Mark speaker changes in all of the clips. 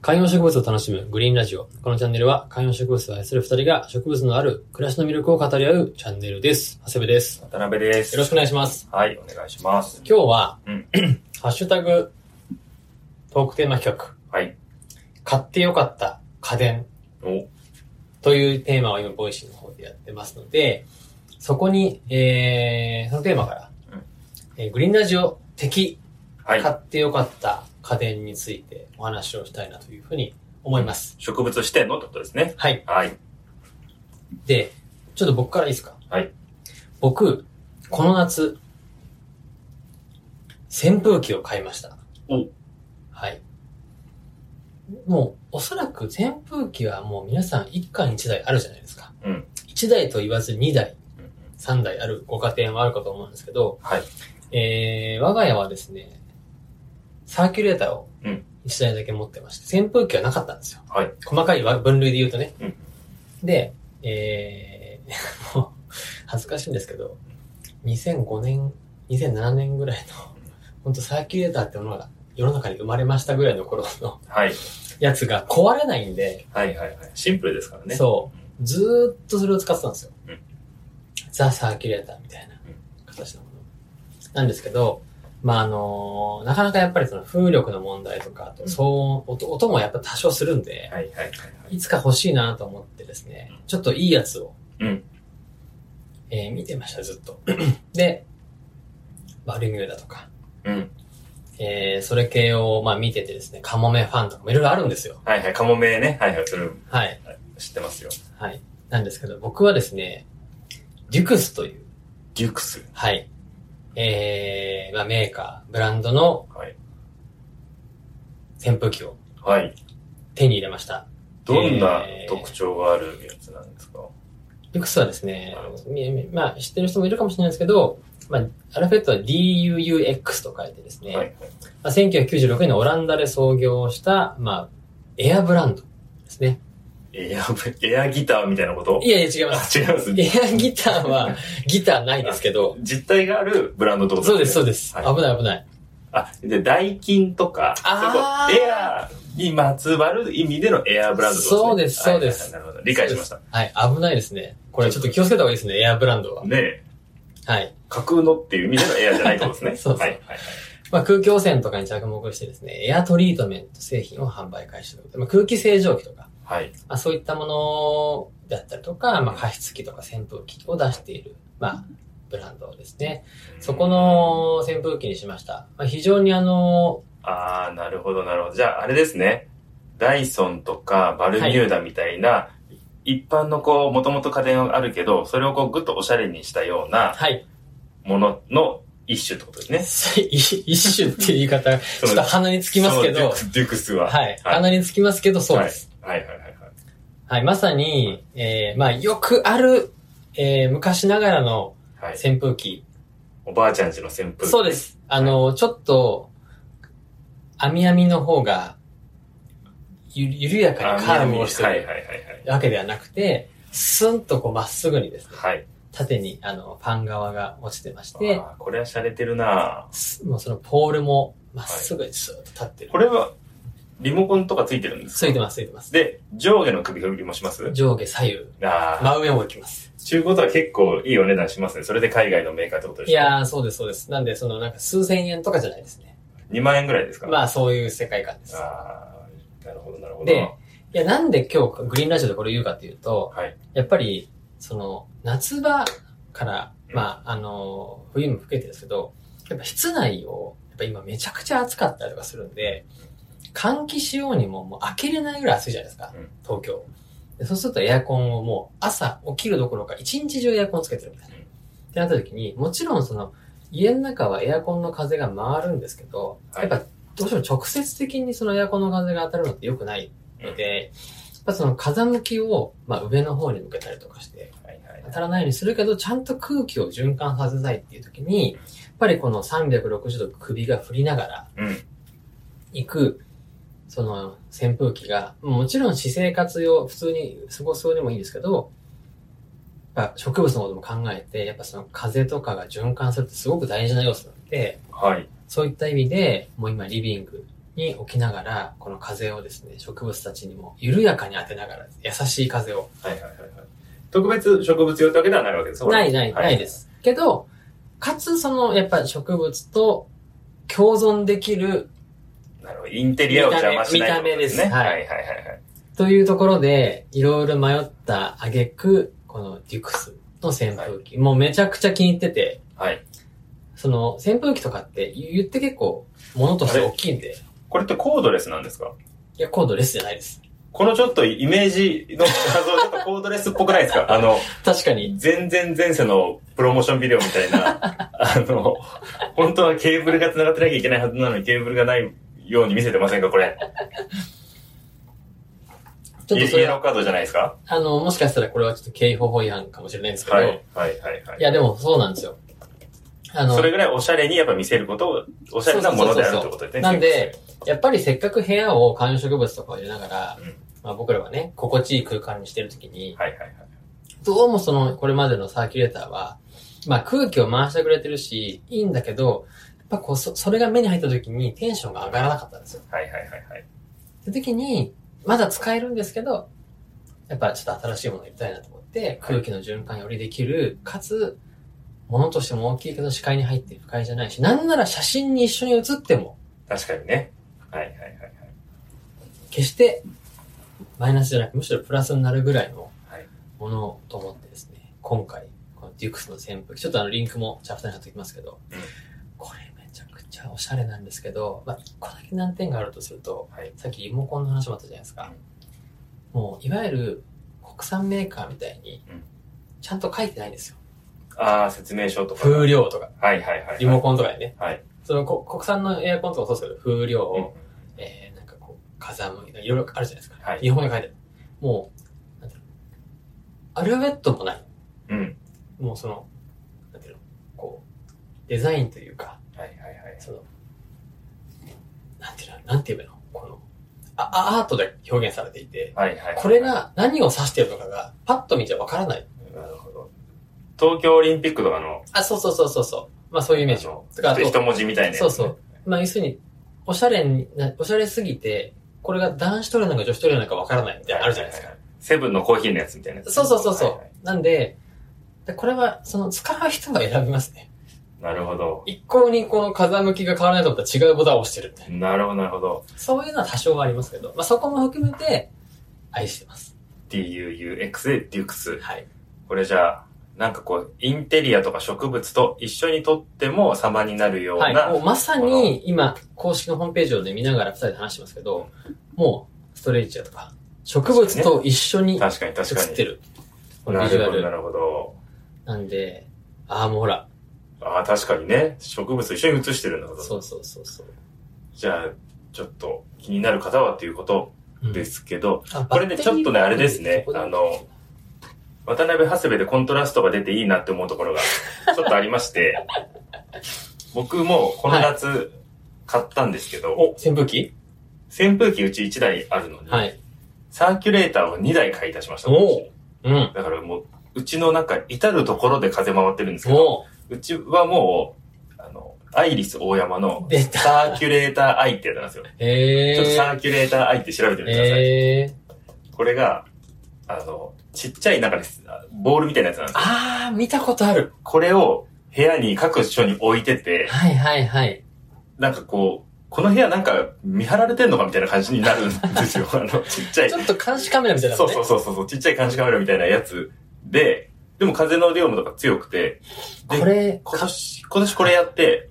Speaker 1: 観葉植物を楽しむグリーンラジオ。このチャンネルは観葉植物を愛する二人が植物のある暮らしの魅力を語り合うチャンネルです。長谷部です。
Speaker 2: 渡辺です。
Speaker 1: よろしくお願いします。
Speaker 2: はい、お願いします。
Speaker 1: 今日は、
Speaker 2: うん
Speaker 1: ハッシュタグトークテーマ企画、
Speaker 2: はい。
Speaker 1: 買ってよかった家電
Speaker 2: お、
Speaker 1: というテーマを今、ボイシーの方でやってますので、そこに、えー、そのテーマから、
Speaker 2: うん
Speaker 1: えーグリーンラジオ的
Speaker 2: はい
Speaker 1: 買。ってよかった家電についてお話をしたいなというふうに思います。
Speaker 2: 植物視点のってことですね。
Speaker 1: はい。
Speaker 2: はい。
Speaker 1: で、ちょっと僕からいいですか
Speaker 2: はい。
Speaker 1: 僕、この夏、扇風機を買いました。
Speaker 2: お
Speaker 1: はい。もう、おそらく扇風機はもう皆さん一家に一台あるじゃないですか。
Speaker 2: うん。
Speaker 1: 一台と言わず二台
Speaker 2: うんうん、
Speaker 1: 三台あるご家庭もあるかと思うんですけど、
Speaker 2: はい。
Speaker 1: えー、我が家はですね、サーキュレーターを
Speaker 2: うん
Speaker 1: 一台だけ持ってまして、扇風機はなかったんですよ。
Speaker 2: はい。
Speaker 1: 細かい分類で言うとね。
Speaker 2: うん
Speaker 1: で、えー、 もう、恥ずかしいんですけど、2005年、2007年ぐらいの、本当サーキュレーターってものが世の中に生まれましたぐらいの頃の
Speaker 2: はい。
Speaker 1: やつが壊れないんで、
Speaker 2: はいはいはい。シンプルですからね。
Speaker 1: そう、ずーっとそれを使ってたんですよ。
Speaker 2: うん
Speaker 1: ザ・サーキュレーターみたいな形のもの。なんですけど、まあ、あのなかなかやっぱりその風力の問題とか、あと騒音、音音もやっぱ多少するんで、
Speaker 2: はいはいはいはい。
Speaker 1: いつか欲しいなと思ってですね、ちょっといいやつを、
Speaker 2: うん
Speaker 1: えー見てました、ずっと。 で、バルミューダとか、
Speaker 2: うん。
Speaker 1: えー、それ系を、まあ、見ててですね、カモメファンとかもいろいろあるんですよ。
Speaker 2: はいはい。カモメね。はいはい。それ
Speaker 1: はい。
Speaker 2: 知ってますよ。
Speaker 1: はい。なんですけど、僕はですね、デュクスという、
Speaker 2: デュクス。
Speaker 1: はい。えー、まあ、メーカー、ブランドの
Speaker 2: はい。
Speaker 1: 扇風機を
Speaker 2: はい。
Speaker 1: 手に入れました。
Speaker 2: どんな
Speaker 1: えー
Speaker 2: 特徴があるやつなんですか
Speaker 1: デュクスはですね
Speaker 2: なるほ、
Speaker 1: みみまあ、知ってる人もいるかもしれないですけど、まあ、アルファベットは DUUX と書いてですね、
Speaker 2: はいはい。
Speaker 1: まあ、1996年のオランダで創業した、まあ、エアブランドですね。
Speaker 2: エア、エアギターみたいなこと
Speaker 1: いやいや、違います。
Speaker 2: あ違います。
Speaker 1: エアギターは、ギターないですけど、
Speaker 2: 実体があるブランドってこと
Speaker 1: そうです、そう
Speaker 2: で
Speaker 1: です。
Speaker 2: はい
Speaker 1: 危ない、危ない。
Speaker 2: す。あ、で、ダイキンとか、
Speaker 1: あー
Speaker 2: そういうこうエアにまつわる意味でのエアブランドってこと
Speaker 1: そうですそうです
Speaker 2: はいはいはいなるほど。理解しました。
Speaker 1: はい、危ないですね。これちょっと気をつけた方がいいですね、エアブランドは。
Speaker 2: ねえ、
Speaker 1: はい。
Speaker 2: 架空のっていう意味でのエアじゃないってことですね。
Speaker 1: そうそう
Speaker 2: はいはい
Speaker 1: まあ、空気汚染とかに着目してですね、エアトリートメント製品を販売開始ということで、まあ、空気清浄機とか、
Speaker 2: はい。はい。
Speaker 1: まあ、そういったものだったりとか、まあ、加湿器とか扇風機を出している、まあ、ブランドですね。そこ、の扇風機にしました。まあ、非常にあの、
Speaker 2: ああ、なるほどなるほど。じゃあ、あれですね。ダイソンとかバルミューダみたいな、一般のこう、もともと家電はあるけど、それをこう、ぐっとおしゃれにしたような
Speaker 1: はい、
Speaker 2: ものの一種ってことですね。
Speaker 1: 一一種っていう言い方、ちょっと鼻につきますけど、
Speaker 2: そうデュクスは。
Speaker 1: はい、鼻につきますけど、そうです。
Speaker 2: はいはいはいはい。
Speaker 1: はい、まさに、えー、まあ、よくある、えー、昔ながらの
Speaker 2: はい。
Speaker 1: 扇風機。
Speaker 2: おばあちゃんちの扇風機。
Speaker 1: そうです。あの、ちょっと、網網の方が、ゆ、緩やか
Speaker 2: あ。
Speaker 1: にカーブをしてる
Speaker 2: はいはいはいはい。
Speaker 1: わけではなくて、スンとこうまっすぐにですね、
Speaker 2: はい。
Speaker 1: 縦にあの、パン側が落ちてまして、
Speaker 2: あーこれは洒落てるな
Speaker 1: すもうそのポールもまっすぐにスーッと立ってる。
Speaker 2: これは、リモコンとかついてるんですか
Speaker 1: ついてます、ついてます。
Speaker 2: で、上下の首振りもします
Speaker 1: 上下左右、
Speaker 2: ああ。
Speaker 1: 真上も行きます。
Speaker 2: ちゅうことは結構いいお値段しますね。それで海外のメーカーってことで
Speaker 1: い
Speaker 2: しょ
Speaker 1: やー、そうです、そうです。なんで、そのなんか数千円とかじゃないですね。
Speaker 2: 2万円ぐらいですか
Speaker 1: まあ、そういう世界観です。
Speaker 2: あー。なるほど、なるほど。
Speaker 1: でいや、なんで今日グリーンラジオでこれ言うかっていうと、
Speaker 2: はい。
Speaker 1: やっぱり、その、夏場から、まあ、あの、冬も含けてですけど、やっぱ室内を、やっぱ今めちゃくちゃ暑かったりとかするんで、換気しようにももう開けれないぐらい暑いじゃないですか
Speaker 2: うん、
Speaker 1: 東京。でそうするとエアコンをもう朝起きるどころか一日中エアコンつけてるみたいな。
Speaker 2: うん
Speaker 1: ってなった時に、もちろんその、家の中はエアコンの風が回るんですけど、
Speaker 2: はい
Speaker 1: やっぱどうしても直接的にそのエアコンの風が当たるのって良くないので、やっぱその風向きを、まあ、上の方に向けたりとかして、
Speaker 2: はいはい
Speaker 1: 当たらないようにするけど、ちゃんと空気を循環させたいっていう時に、やっぱりこの360度首が振りながら
Speaker 2: うん。
Speaker 1: 行く、その扇風機が、もちろん私生活用、普通に過ごすようでもいいんですけど、やっぱ植物のことも考えて、やっぱその風とかが循環するってすごく大事な要素なので、
Speaker 2: はい。
Speaker 1: そういった意味で、もう今リビングに置きながら、この風をですね、植物たちにも緩やかに当てながら、優しい風を。
Speaker 2: はいはいはいはい。特別植物用ってわけではないわけですこれ
Speaker 1: ないない、
Speaker 2: は
Speaker 1: ないです。けど、かつその、やっぱ植物と共存できる
Speaker 2: なるほど。インテリアを邪魔しないってこと
Speaker 1: 見た目見た目です
Speaker 2: は
Speaker 1: はいい
Speaker 2: はいはいはい。
Speaker 1: というところで、いろいろ迷った挙句、このデュクスの扇風機、もうめちゃくちゃ気に入ってて、
Speaker 2: はい。
Speaker 1: その扇風機とかって言って結構物として大きいんで、
Speaker 2: これってコードレスなんですか
Speaker 1: いや、コードレスじゃないです。ち
Speaker 2: このちょっとイメージの画像、ちょっとコードレスっぽくないで すかあの、
Speaker 1: 確かに。
Speaker 2: 全然前世のプロモーションビデオみたいな、 あの、本当はケーブルが繋がってなきゃいけないはずなのにケーブルがないように見せてませんかこれ。
Speaker 1: ちょっ
Speaker 2: イ
Speaker 1: と
Speaker 2: エ
Speaker 1: そ
Speaker 2: イエ
Speaker 1: れ
Speaker 2: ロー
Speaker 1: は、
Speaker 2: カードじゃないですか
Speaker 1: あの、もしかしたらこれはちょっと刑法法違反かもしれないんですけど、
Speaker 2: はい
Speaker 1: い、。
Speaker 2: はいはいはい。
Speaker 1: や、でもそうなんですよ。あの
Speaker 2: そ、れぐらいおしゃれにやっぱ見せることを、おしゃれなものであるってことです
Speaker 1: そうそうそうそう
Speaker 2: ね。
Speaker 1: なんで、やっぱりせっかく部屋を観葉植物とかを入れながら、
Speaker 2: うん
Speaker 1: まあ僕らはね、心地いい空間にしてるときに、
Speaker 2: はいはいはい。
Speaker 1: どうもその、これまでのサーキュレーターは、まあ空気を回してくれてるし、いいんだけど、やっぱこう、そ、それが目に入った時にテンションが上がらなかったんですよ。
Speaker 2: はいはいはいはい。
Speaker 1: って時に、まだ使えるんですけど、やっぱちょっと新しいものを入れたいなと思って、空気の循環よりできる、かつ、物としても大きいけど視界に入って不快じゃないし、なんなら写真に一緒に写っても、
Speaker 2: 確かにね。はいはいはいはい。
Speaker 1: 決して、マイナスじゃなく、むしろプラスになるぐらいの
Speaker 2: はい
Speaker 1: ものと思ってですね、今回、このデュクスの扇風機、ちょっとあのリンクもチャプターに貼っておきますけど、
Speaker 2: うん
Speaker 1: これめちゃくちゃおしゃれなんですけど、まあ、一個だけ難点があるとすると、
Speaker 2: はい
Speaker 1: さっきリモコンの話もあったじゃないですか。もう、いわゆる国産メーカーみたいに
Speaker 2: うん、
Speaker 1: ちゃんと書いてないんですよ。
Speaker 2: ああ、説明書とか。
Speaker 1: 風量とか、
Speaker 2: はいはいはい。
Speaker 1: リモコンとかでね。
Speaker 2: はい。
Speaker 1: そのこ国産のエアコンとかもそうですけど、風量、
Speaker 2: うん
Speaker 1: えー、なんかこう、風向きとかいろいろあるじゃないですか。
Speaker 2: はい
Speaker 1: 日本に書いてある。もう、なんていうのアルファベットもない。
Speaker 2: うん。
Speaker 1: もうその、なんていうのこう、デザインというか、
Speaker 2: はいはいはい。
Speaker 1: その、なんていうのなんて言えばいいのこの、あ、あアートで表現されていて、
Speaker 2: はいはいはい。
Speaker 1: これが何を指してるのかが、パッと見てわからない。
Speaker 2: なるほど。東京オリンピックとかの、
Speaker 1: あ、そうそうそうそうそう。まあそういうイメージを。とか、あと、
Speaker 2: 一文字みたいなやつね
Speaker 1: そうそう。まあ要するに、おしゃれにな、おしゃれすぎて、これが男子トレーナーか女子トレーナーかわからないみたいなのあるじゃないですか。
Speaker 2: ははは。セブンのコーヒーのやつみたいなやつ。
Speaker 1: そうそうそうそう。
Speaker 2: はいはい
Speaker 1: なんで、でこれは、その、使う人が選びますね。
Speaker 2: なるほど。
Speaker 1: 一向にこの風向きが変わらないと思ったら違うボタンを押してるみたいな。
Speaker 2: なるほどなるほど。
Speaker 1: そういうのは多少はありますけど、まあそこも含めて、愛してます。
Speaker 2: DUUX でデュクス。
Speaker 1: はい。
Speaker 2: これじゃあ、なんかこう、インテリアとか植物と一緒にとっても様になるよう
Speaker 1: はい。
Speaker 2: な
Speaker 1: もうまさに、今、公式のホームページをね、見ながら二人で話してますけど、もう、ストレッチャーとか、植物と一緒に
Speaker 2: 確かに確か
Speaker 1: 映
Speaker 2: に。
Speaker 1: ってる。この
Speaker 2: な
Speaker 1: ビジュ
Speaker 2: る
Speaker 1: ア
Speaker 2: ほど、な
Speaker 1: ル。
Speaker 2: るほど。
Speaker 1: なんで、ああ、もうほら、
Speaker 2: ああ、確かにね。植物一緒に写してるんだから
Speaker 1: そうそうそうそう。
Speaker 2: じゃあ、ちょっと気になる方はということ
Speaker 1: うん
Speaker 2: ですけど、
Speaker 1: あ
Speaker 2: これね
Speaker 1: バッテリー
Speaker 2: ちょっとねあれですね
Speaker 1: そこだ
Speaker 2: あの渡辺長谷部でコントラストが出ていいなって思うところ がちょっとありまして、僕もこの夏買ったんですけど、
Speaker 1: お、扇風機
Speaker 2: 扇風機うち1台あるのに、
Speaker 1: はい。
Speaker 2: サーキュレーターを2台買い足しました。
Speaker 1: おううん。
Speaker 2: だからもう、うちの中、至るところで風回ってるんですけど、
Speaker 1: おう
Speaker 2: うちはもう、あの、アイリス大山の
Speaker 1: 出た。
Speaker 2: サーキュレーターアイってやつなんですよ。
Speaker 1: えー。
Speaker 2: ちょっとサーキュレーターアイって調べてみてください。
Speaker 1: えー。
Speaker 2: これが、あの、ちっちゃい中です。ボールみたいなやつなんですよ
Speaker 1: あー、見たことある。
Speaker 2: これを部屋に各所に置いてて、
Speaker 1: はいはいはい。
Speaker 2: なんかこう、この部屋なんか見張られてんのかみたいな感じになるんですよ。 あの、ちっちゃい。
Speaker 1: ちょっと監視カメラみたいな
Speaker 2: そ
Speaker 1: の
Speaker 2: う
Speaker 1: ね。
Speaker 2: そううそうそう、ちっちゃい監視カメラみたいなやつで、でも風の量もとか強くて、で
Speaker 1: これ、
Speaker 2: 今年、今年これやって、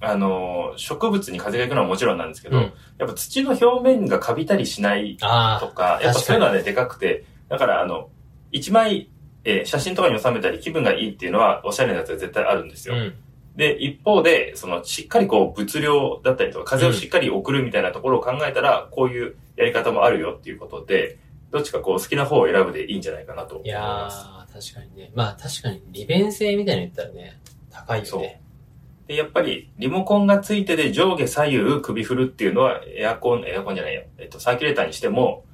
Speaker 2: あの、植物に風が行くのはもちろんなんですけど、
Speaker 1: うん
Speaker 2: やっぱ土の表面がカビたりしないと
Speaker 1: あ
Speaker 2: か
Speaker 1: あ、
Speaker 2: やっぱそういう
Speaker 1: 確か
Speaker 2: のはね、でかくて、だからあの、一枚、えー写真とかに収めたり気分がいいっていうのは、おしゃれなやつは絶対あるんです
Speaker 1: ー。う
Speaker 2: よ。
Speaker 1: ん。
Speaker 2: で、一方で、その、しっかりこう、物量だったりとか、風をしっかり送るみたいなところを考えたら、こういうやり方もあるよっていうことで、どっちかこう、好きな方を選ぶでいいんじゃないかなと思
Speaker 1: い
Speaker 2: い
Speaker 1: や
Speaker 2: ます。
Speaker 1: ー、確かにね。まあ確かに利便性みたいなの言ったらね、高いよね。
Speaker 2: で、やっぱり、リモコンがついてで上下左右首振るっていうのは、エアコン、エアコンじゃないよ。えっと、サーキュレーターにしても、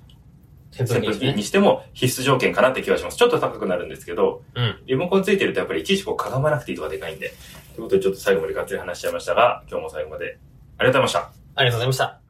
Speaker 1: 扇風機
Speaker 2: 扇風
Speaker 1: です
Speaker 2: 機
Speaker 1: ね。
Speaker 2: にしても必須条件かなって気はします。ちょっと高くなるんですけど、
Speaker 1: うん。
Speaker 2: リモコンついてるとやっぱりいちいちこうかがまなくていいとかでかいんで。ということでちょっと最後までがっつり話しちゃいましたが、今日も最後までありがとうございました。
Speaker 1: ありがとうございました。